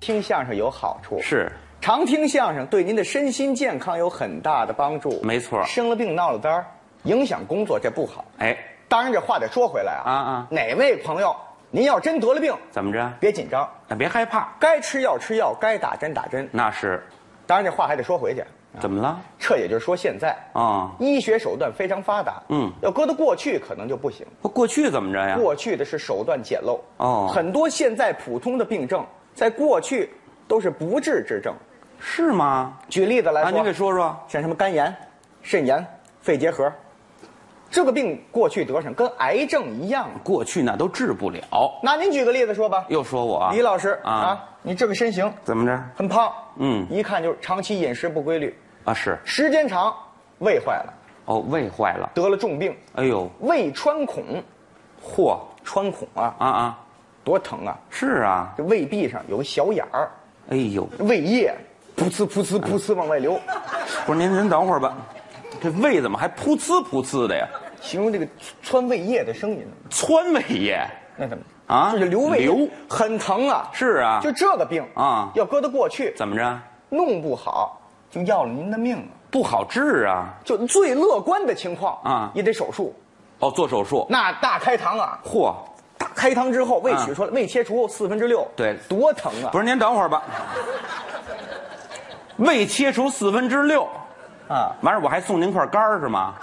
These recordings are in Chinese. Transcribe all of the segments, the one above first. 听相声有好处，是常听相声对您的身心健康有很大的帮助。没错生了病闹了单儿，影响工作这不好。哎，当然这话得说回来啊啊啊哪位朋友，您要真得了病，怎么着？别紧张，啊别害怕，该吃药吃药，该打针打针。那是当然这话还得说回去，怎么了？这也就是说现在啊、医学手段非常发达，嗯要搁到过去可能就不行。过去怎么着呀？过去的是手段简陋，哦很多现在普通的病症，在过去都是不治之症。是吗？举例子来啊，说，您给说说。像什么肝炎、肾炎、肺结核，这个病过去得上跟癌症一样。啊过去那都治不了。那您举个例子说吧，又说我啊李老师啊啊，你这个身形怎么着？很胖，嗯一看就是长期饮食不规律，啊是时间长，胃坏了，哦，胃坏了。得了重病，哎呦，胃穿孔，嚯穿孔啊，啊啊！多疼啊！是啊，这胃壁上有个小眼儿，哎呦，胃液噗呲噗呲噗呲往外流，不是您您等会儿吧，这胃怎么还噗呲噗呲的呀？形容这个穿胃液的声音，川胃液那怎么？啊，就是流胃液流很疼啊！是啊，就这个病啊要搁得过去，怎么着？弄不好就要了您的命了。不好治啊！就最乐观的情况啊也得手术，哦，做手术。那大开膛啊！嚯，大开膛之后，胃啊取出来，胃切除四分之六，对多疼啊！不是您等会儿吧？胃切除四分之六，是啊，完事儿我还送您块肝儿是吗？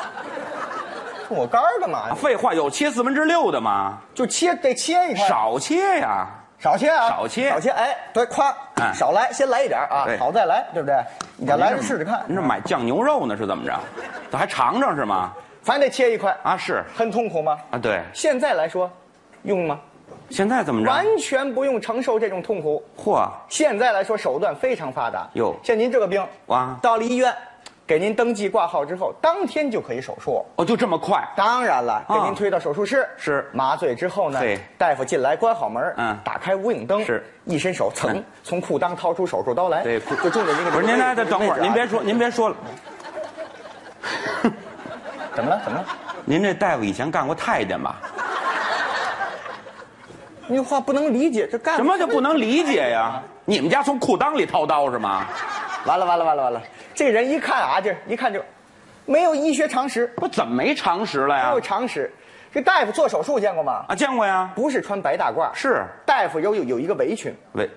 送我肝儿干嘛啊呀？废话，有切四分之六的吗？就切得切一块，少切呀！少切啊，少切少切，哎，对，夸，哎少来，先来一点儿啊对，好再来，对不对？你再来您这试试看，您这买酱牛肉呢是怎么着？这还尝尝是吗？反正得切一块，啊是很痛苦吗？啊对，现在来说，用吗？现在怎么完着？全不用承受这种痛苦。嚯，现在来说手段非常发达。哟像您这个病，哇到了医院，给您登记挂号之后，当天就可以手术。哦就这么快？当然了，给啊您推到手术室，是麻醉之后呢对，大夫进来关好门，嗯打开无影灯，是一伸手，噌，从裤裆掏出手术刀来，对裤嗯就中着您个。啊不是您来等会儿，您别说，您别说了，怎么了？怎么了？您这大夫以前干过太监吧？那话不能理解，这干什么就不能理解呀？你们家从裤裆里掏刀是吗？完了完了完了完了！这人一看啊，这一看就没有医学常识，我怎么没常识了没呀有？常识。这大夫做手术见过吗？啊，见过呀，不是穿白大褂，是大夫有有有一个围裙，围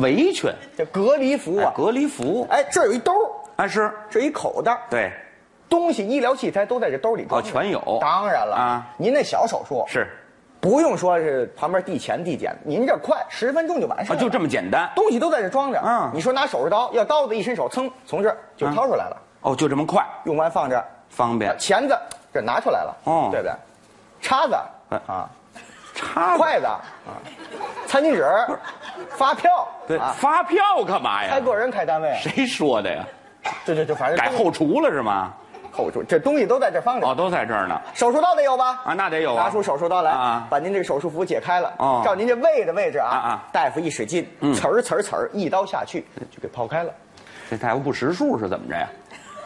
围裙、这隔离服哎啊，隔离服，哎，这有一兜儿，啊是，这一口袋儿，对，东西、医疗器材都在这兜里哦装着。全有，当然了啊，您那小手术是不用说是旁边递钱递减，您这快，十分钟就完事儿啊了。就这么简单，东西都在这装着。嗯你说拿手术刀，要刀子一伸手，噌，从这儿就掏出来了，哦就这么快，用完放这儿。方便啊，钳子这拿出来了，哦对不对？叉子哎啊，插筷子啊，餐巾纸儿， 发票对啊，发票干嘛呀开？个人开单位，谁说的呀？对对对，反正改后厨了是吗？后厨这东西都在这放着。哦，都在这儿呢。手术刀得有吧？啊，那得有啊。拿出手术刀来啊，把您这个手术服解开了哦，照您这胃的位置啊啊啊，大夫一使劲，刺儿刺儿刺儿，一刀下去就给刨开了，这大夫不识数是怎么着呀？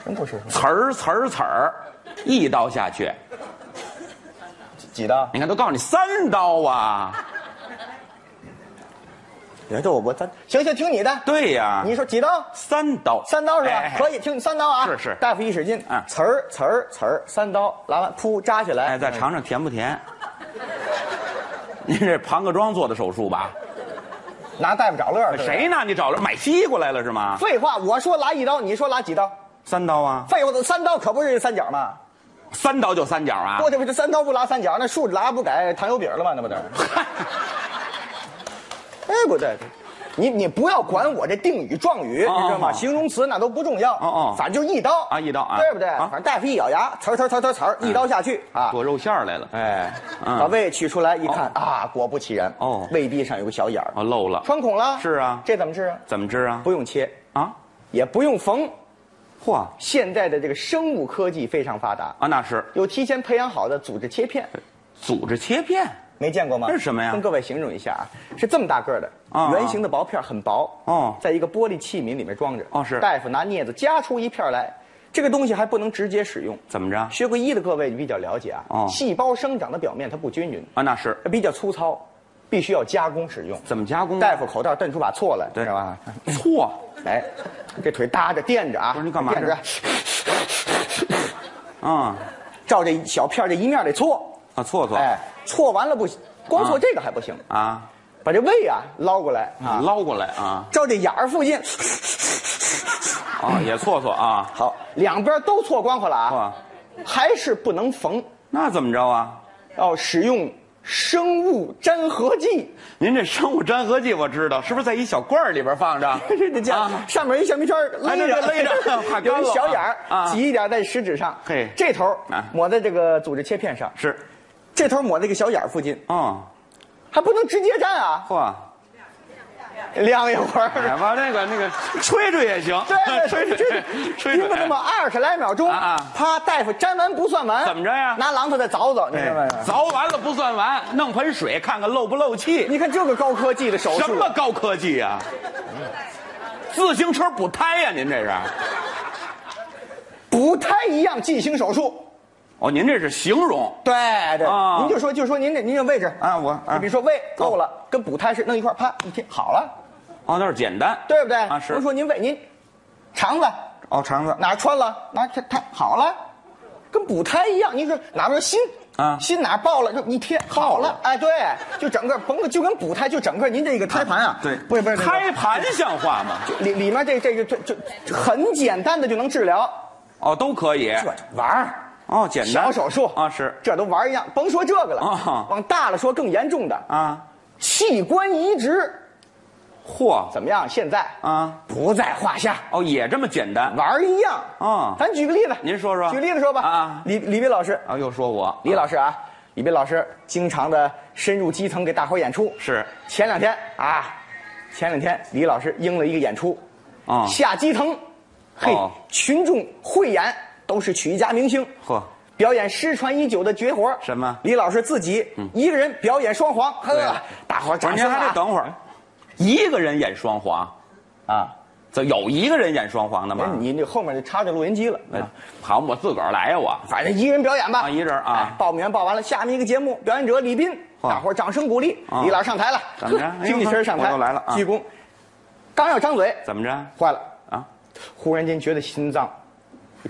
真不是什么词儿词儿词儿，一刀下去。几刀。你看，都告诉你三刀啊。别哎逗我我咱行行，听你的，对呀，你说几刀？三刀，三刀是吧？哎哎可以，听三刀啊！是是大夫一使劲，嗯呲儿呲儿呲儿，三刀拉完，噗扎起来。哎，再尝尝甜不甜？您这庞各庄做的手术吧？嗯拿大夫找乐儿。对不对谁？呢？你找人买西瓜来了是吗？废话，我说拉一刀，你说拉几刀？三刀啊，废话，三刀可不是三角吗？三刀就三角啊我。这不这三刀不拉三角，那竖着拉不改糖油饼了吗？那不得？ 哎，不对，你你不要管我这定语状语，哦你知道吗？哦形容词那都不重要。哦哦反正就一刀啊一刀啊对不对？啊反正大夫一咬牙，呲儿呲儿呲儿呲儿呲儿，一刀下去啊。做肉馅儿来了。哎，嗯把胃取出来一看啊，果不其然，哦胃壁上有个小眼儿，哦，漏了。穿孔了。是啊这怎么治啊？怎么治啊？不用切，啊，也不用缝。嚯现在的这个生物科技非常发达，啊，那是有提前培养好的组织切片，组织切片。没见过吗？这是什么呀跟各位形容一下啊，是这么大个儿的啊，圆形的薄片儿，很薄。哦在一个玻璃器皿里面装着。哦是大夫拿镊子夹出一片儿来，这个东西还不能直接使用。怎么着？学过医的各位你比较了解啊，哦细胞生长的表面它不均匀，啊，那是比较粗糙，必须要加工使用。怎么加工？啊大夫口袋瞪出把错来，嗯对知道吧？错，哎，这腿搭着垫着啊，不是你干嘛垫 着，啊照这小片儿这一面儿得搓，啊错错，哎，搓完了不行，光搓啊这个还不行，啊把这胃啊捞过来啊，捞过来啊照这眼儿附近，啊也错错啊，好，两边都搓光滑了啊哇，还是不能缝，那怎么着啊？要使用生物粘合剂， 您这生物粘合剂我知道，是不是在一小罐儿里边放着？ 这得讲啊上面一橡皮圈儿勒对着对勒着怕有干一了小眼儿啊，啊挤一点在食指上，嘿这头儿啊抹在这个组织切片上，是，这头儿抹在这个小眼儿附近，嗯，还不能直接粘啊，嚯，晾一会儿。哎，完那个那个吹吹也行，对吹对吹对，吹盯个那吹么，二十来秒钟，啊啊啪，大夫粘完不算完，怎么着呀拿榔头再凿凿，你知道哎吗？凿完了不算完，弄盆水看看漏不漏气，你看这个高科技的手术，什么高科技呀、自行车补胎呀、您这是？不太一样进行手术？哦，您这是形容对对，啊您就说就说您这您这位置啊我啊就比如说胃够了，跟补胎是弄一块儿，啪一贴好了，哦，那是简单，对不对？啊是不说您胃您肠子哦，肠子哪儿穿了，哪儿它它好了，跟补胎一样。您说哪边心啊心哪儿爆了就一贴好了，哎对，就整个甭就跟补胎就整个您这个胎盘啊，对，不是不是不是胎盘像话吗？里里面这这个这这这很简单的就能治疗，哦，都可以，这玩儿哦，简单小手术啊是这都玩儿一样，甭说这个了，啊往大了说更严重的，啊，器官移植嚯怎么样？现在啊，不在话下，哦也这么简单玩儿一样啊咱举个例子，您说说举个例子说吧啊李李斌老师，啊，又说我李老师啊，李斌老师经常的深入基层给大伙儿演出，是前两天啊，前两天李老师应了一个演出，啊下基层，嘿，哦群众汇演都是曲艺家明星，嚯表演失传已久的绝活什么嗯李老师自己一个人表演双簧，呵对啊了，大伙儿不是掌您声还得啊！等会儿，哎一个人演双簧，啊，这有一个人演双簧的不是吗？你这后面就插着录音机了。哎好，我自个儿来呀，我啊反正一个人表演吧，啊一人啊哎报名报完了，下面一个节目，表演者李斌，哇大伙儿掌声鼓励。啊李老师上台了，怎么着哎呦精气神儿上台我又来了啊鞠躬。刚要张嘴，怎么着坏了，啊？忽然间觉得心脏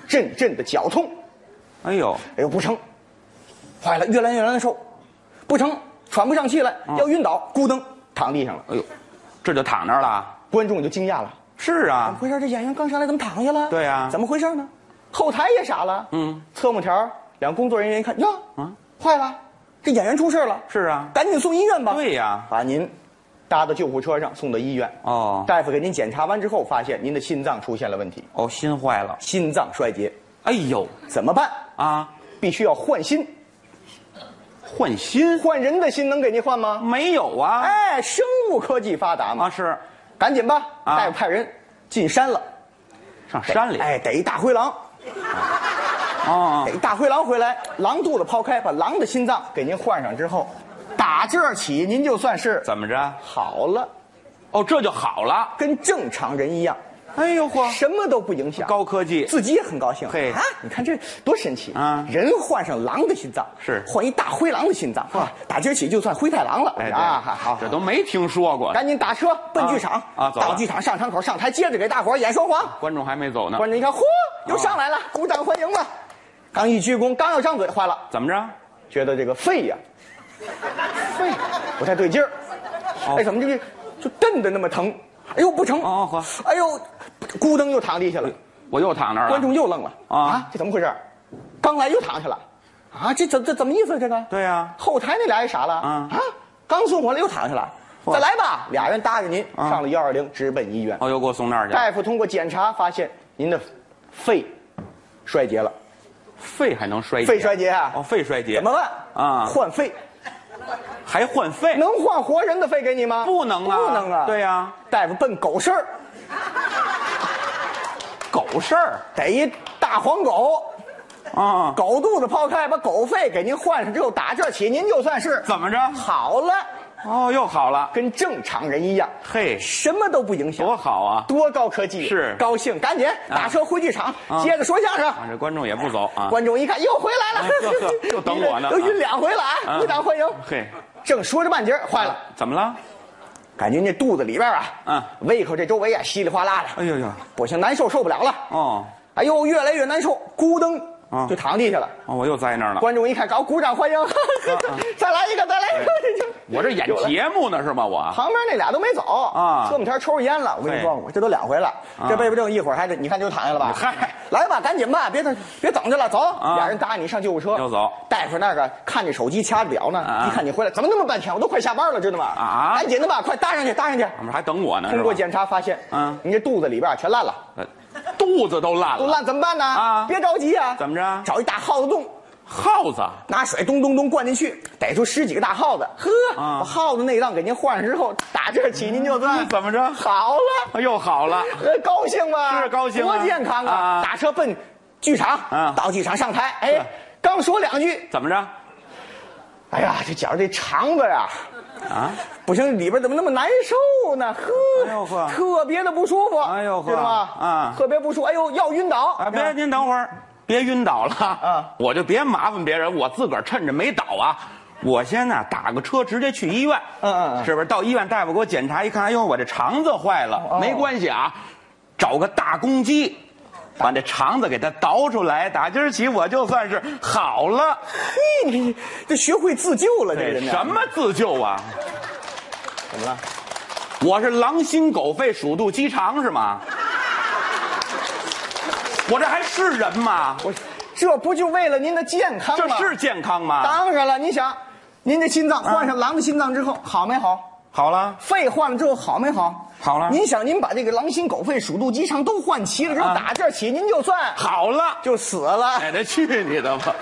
阵阵的绞痛，哎呦，哎呦不成，坏了，越来越难受，不成，喘不上气来，啊要晕倒，咕噔躺地上了。哎呦，这就躺那儿了。观众就惊讶了，是怎么啊，回事？这演员刚上来怎么躺下了？对呀怎么回事呢？后台也傻了，嗯，侧幕条儿两工作人员一看，呀，嗯坏了，这演员出事了，是啊，赶紧送医院吧。，对呀，把您搭到救护车上送到医院。哦大夫给您检查完之后，发现您的心脏出现了问题，哦，心坏了。心脏衰竭，哎呦怎么办？啊，必须要换心，换心换人的心能给您换吗？没有啊？哎，生物科技发达嘛，啊，是赶紧吧，啊大夫派人进山了，上山里。哎，逮一大灰狼，啊哦，逮一大灰狼回来，狼肚子剖开，把狼的心脏给您换上之后，打这儿起您就算是怎么着？好了，哦，这就好了。跟正常人一样，哎呦嚯，什么都不影响，高科技自己也很高兴。嘿啊，你看这多神奇啊人换上狼的心脏，是换一大灰狼的心脏，啊，打今儿起就算灰太狼了。哎对啊，好好，这都没听说过。赶紧打车奔剧场啊啊走了到剧场上场口上台，接着给大伙儿演双簧。观众还没走呢。观众一看，嚯，又上来了，鼓掌欢迎吧。刚一鞠躬，刚要张嘴，坏了，怎么着？觉得这个肺呀、肺不太对劲儿。哦哎，怎么这个就瞪得那么疼？哎呦，不成！哦呵哎呦，咕噔又躺地下了。我又躺那儿了。观众又愣了啊这怎么回事？刚来又躺下了，啊，这怎这怎么意思啊？这个对呀后台那俩也傻了啊刚送回来又躺下了，嚯再来吧，俩人搭着您上了幺二零，直奔医院。啊哦，又给我送那儿去。大夫通过检查发现您的肺衰竭了，肺还能衰竭？肺衰竭啊哦，肺衰竭。怎么办啊换肺还换 肺？能换活人的肺给你吗？不能啊！不能啊！对呀、大夫奔狗事儿，狗事儿逮一大黄狗，啊！狗肚子剖开，把狗肺给您换上之后，打这起您就算是怎么着？好了。哦，又好了。跟正常人一样，嘿，什么都不影响，多好啊！多高科技！是啊高兴，赶紧打车回剧场，接着说相声。啊，这观众也不走啊。观众一看又回来了 哎呵呵，又等我呢都晕两回了啊啊！鼓掌欢迎。嘿，正说着半截儿坏了，怎么了？感觉那肚子里边啊，嗯胃口这周围啊稀里哗啦的，哎呦呦，不行，难受受不了了，哦，哎呦，越来越难受，咕噔、啊就躺地下了。哦我又栽那儿了。观众一看，搞鼓掌欢迎，嗯 再来一个，再来一个，这就我这演有了节目呢是吗？我旁边那俩都没走啊车我们天抽着烟了。我跟你说，对嗯我这都两回了，这背不正一会儿还得，你看就躺下了吧？嗨，嗯来吧，赶紧吧，别等别等着了，走。俩人搭你上救护车，要走。大夫那个看你手机掐着表呢，啊一看你回来，怎么那么半天？我都快下班了，知道吗？啊赶紧的吧，快搭上去，搭上去。他们还等我呢。通过是吧检查发现，嗯你这肚子里边全烂了，呃肚子都烂都了，烂怎么办呢？啊别着急啊，怎么着找一大耗子洞。耗子拿水咚咚咚灌进去，逮出十几个大耗子，呵，啊把耗子内脏给您换上之后，打这儿起您就算嗯怎么着好了，哎又好了。呃高兴吗？是高兴多啊健康啊！啊打车奔剧场，啊到剧场上台，哎，刚说两句，怎么着？哎呀，这脚这肠子呀、啊，不行，里边怎么那么难受呢？呵，哎呦呵特别的不舒服，哎呦呵知道吗？啊特别不舒服，哎呦，要晕倒。哎，别，您等会儿，别晕倒了。啊 我就别麻烦别人，我自个儿趁着没倒啊，我先呐、打个车直接去医院。嗯嗯嗯是不是？到医院大夫给我检查一看，哎呦，我这肠子坏了，哦没关系啊，找个大公鸡。把这肠子给它倒出来，打今儿起我就算是好了。嘿， 你这学会自救了，这个对，人呢什么自救啊？怎么了？我是狼心狗肺、鼠肚鸡肠是吗？ 我这还是人吗？我这不就为了您的健康吗？这是啊健康吗？当然了，你想，您这心脏换上狼的心脏之后好没好？好了，肺换了之后好没好？好了您想，您把这个狼心狗肺、鼠肚鸡肠都换齐了之后，啊打这儿起您就算好了，就死了。奶奶去你的吧！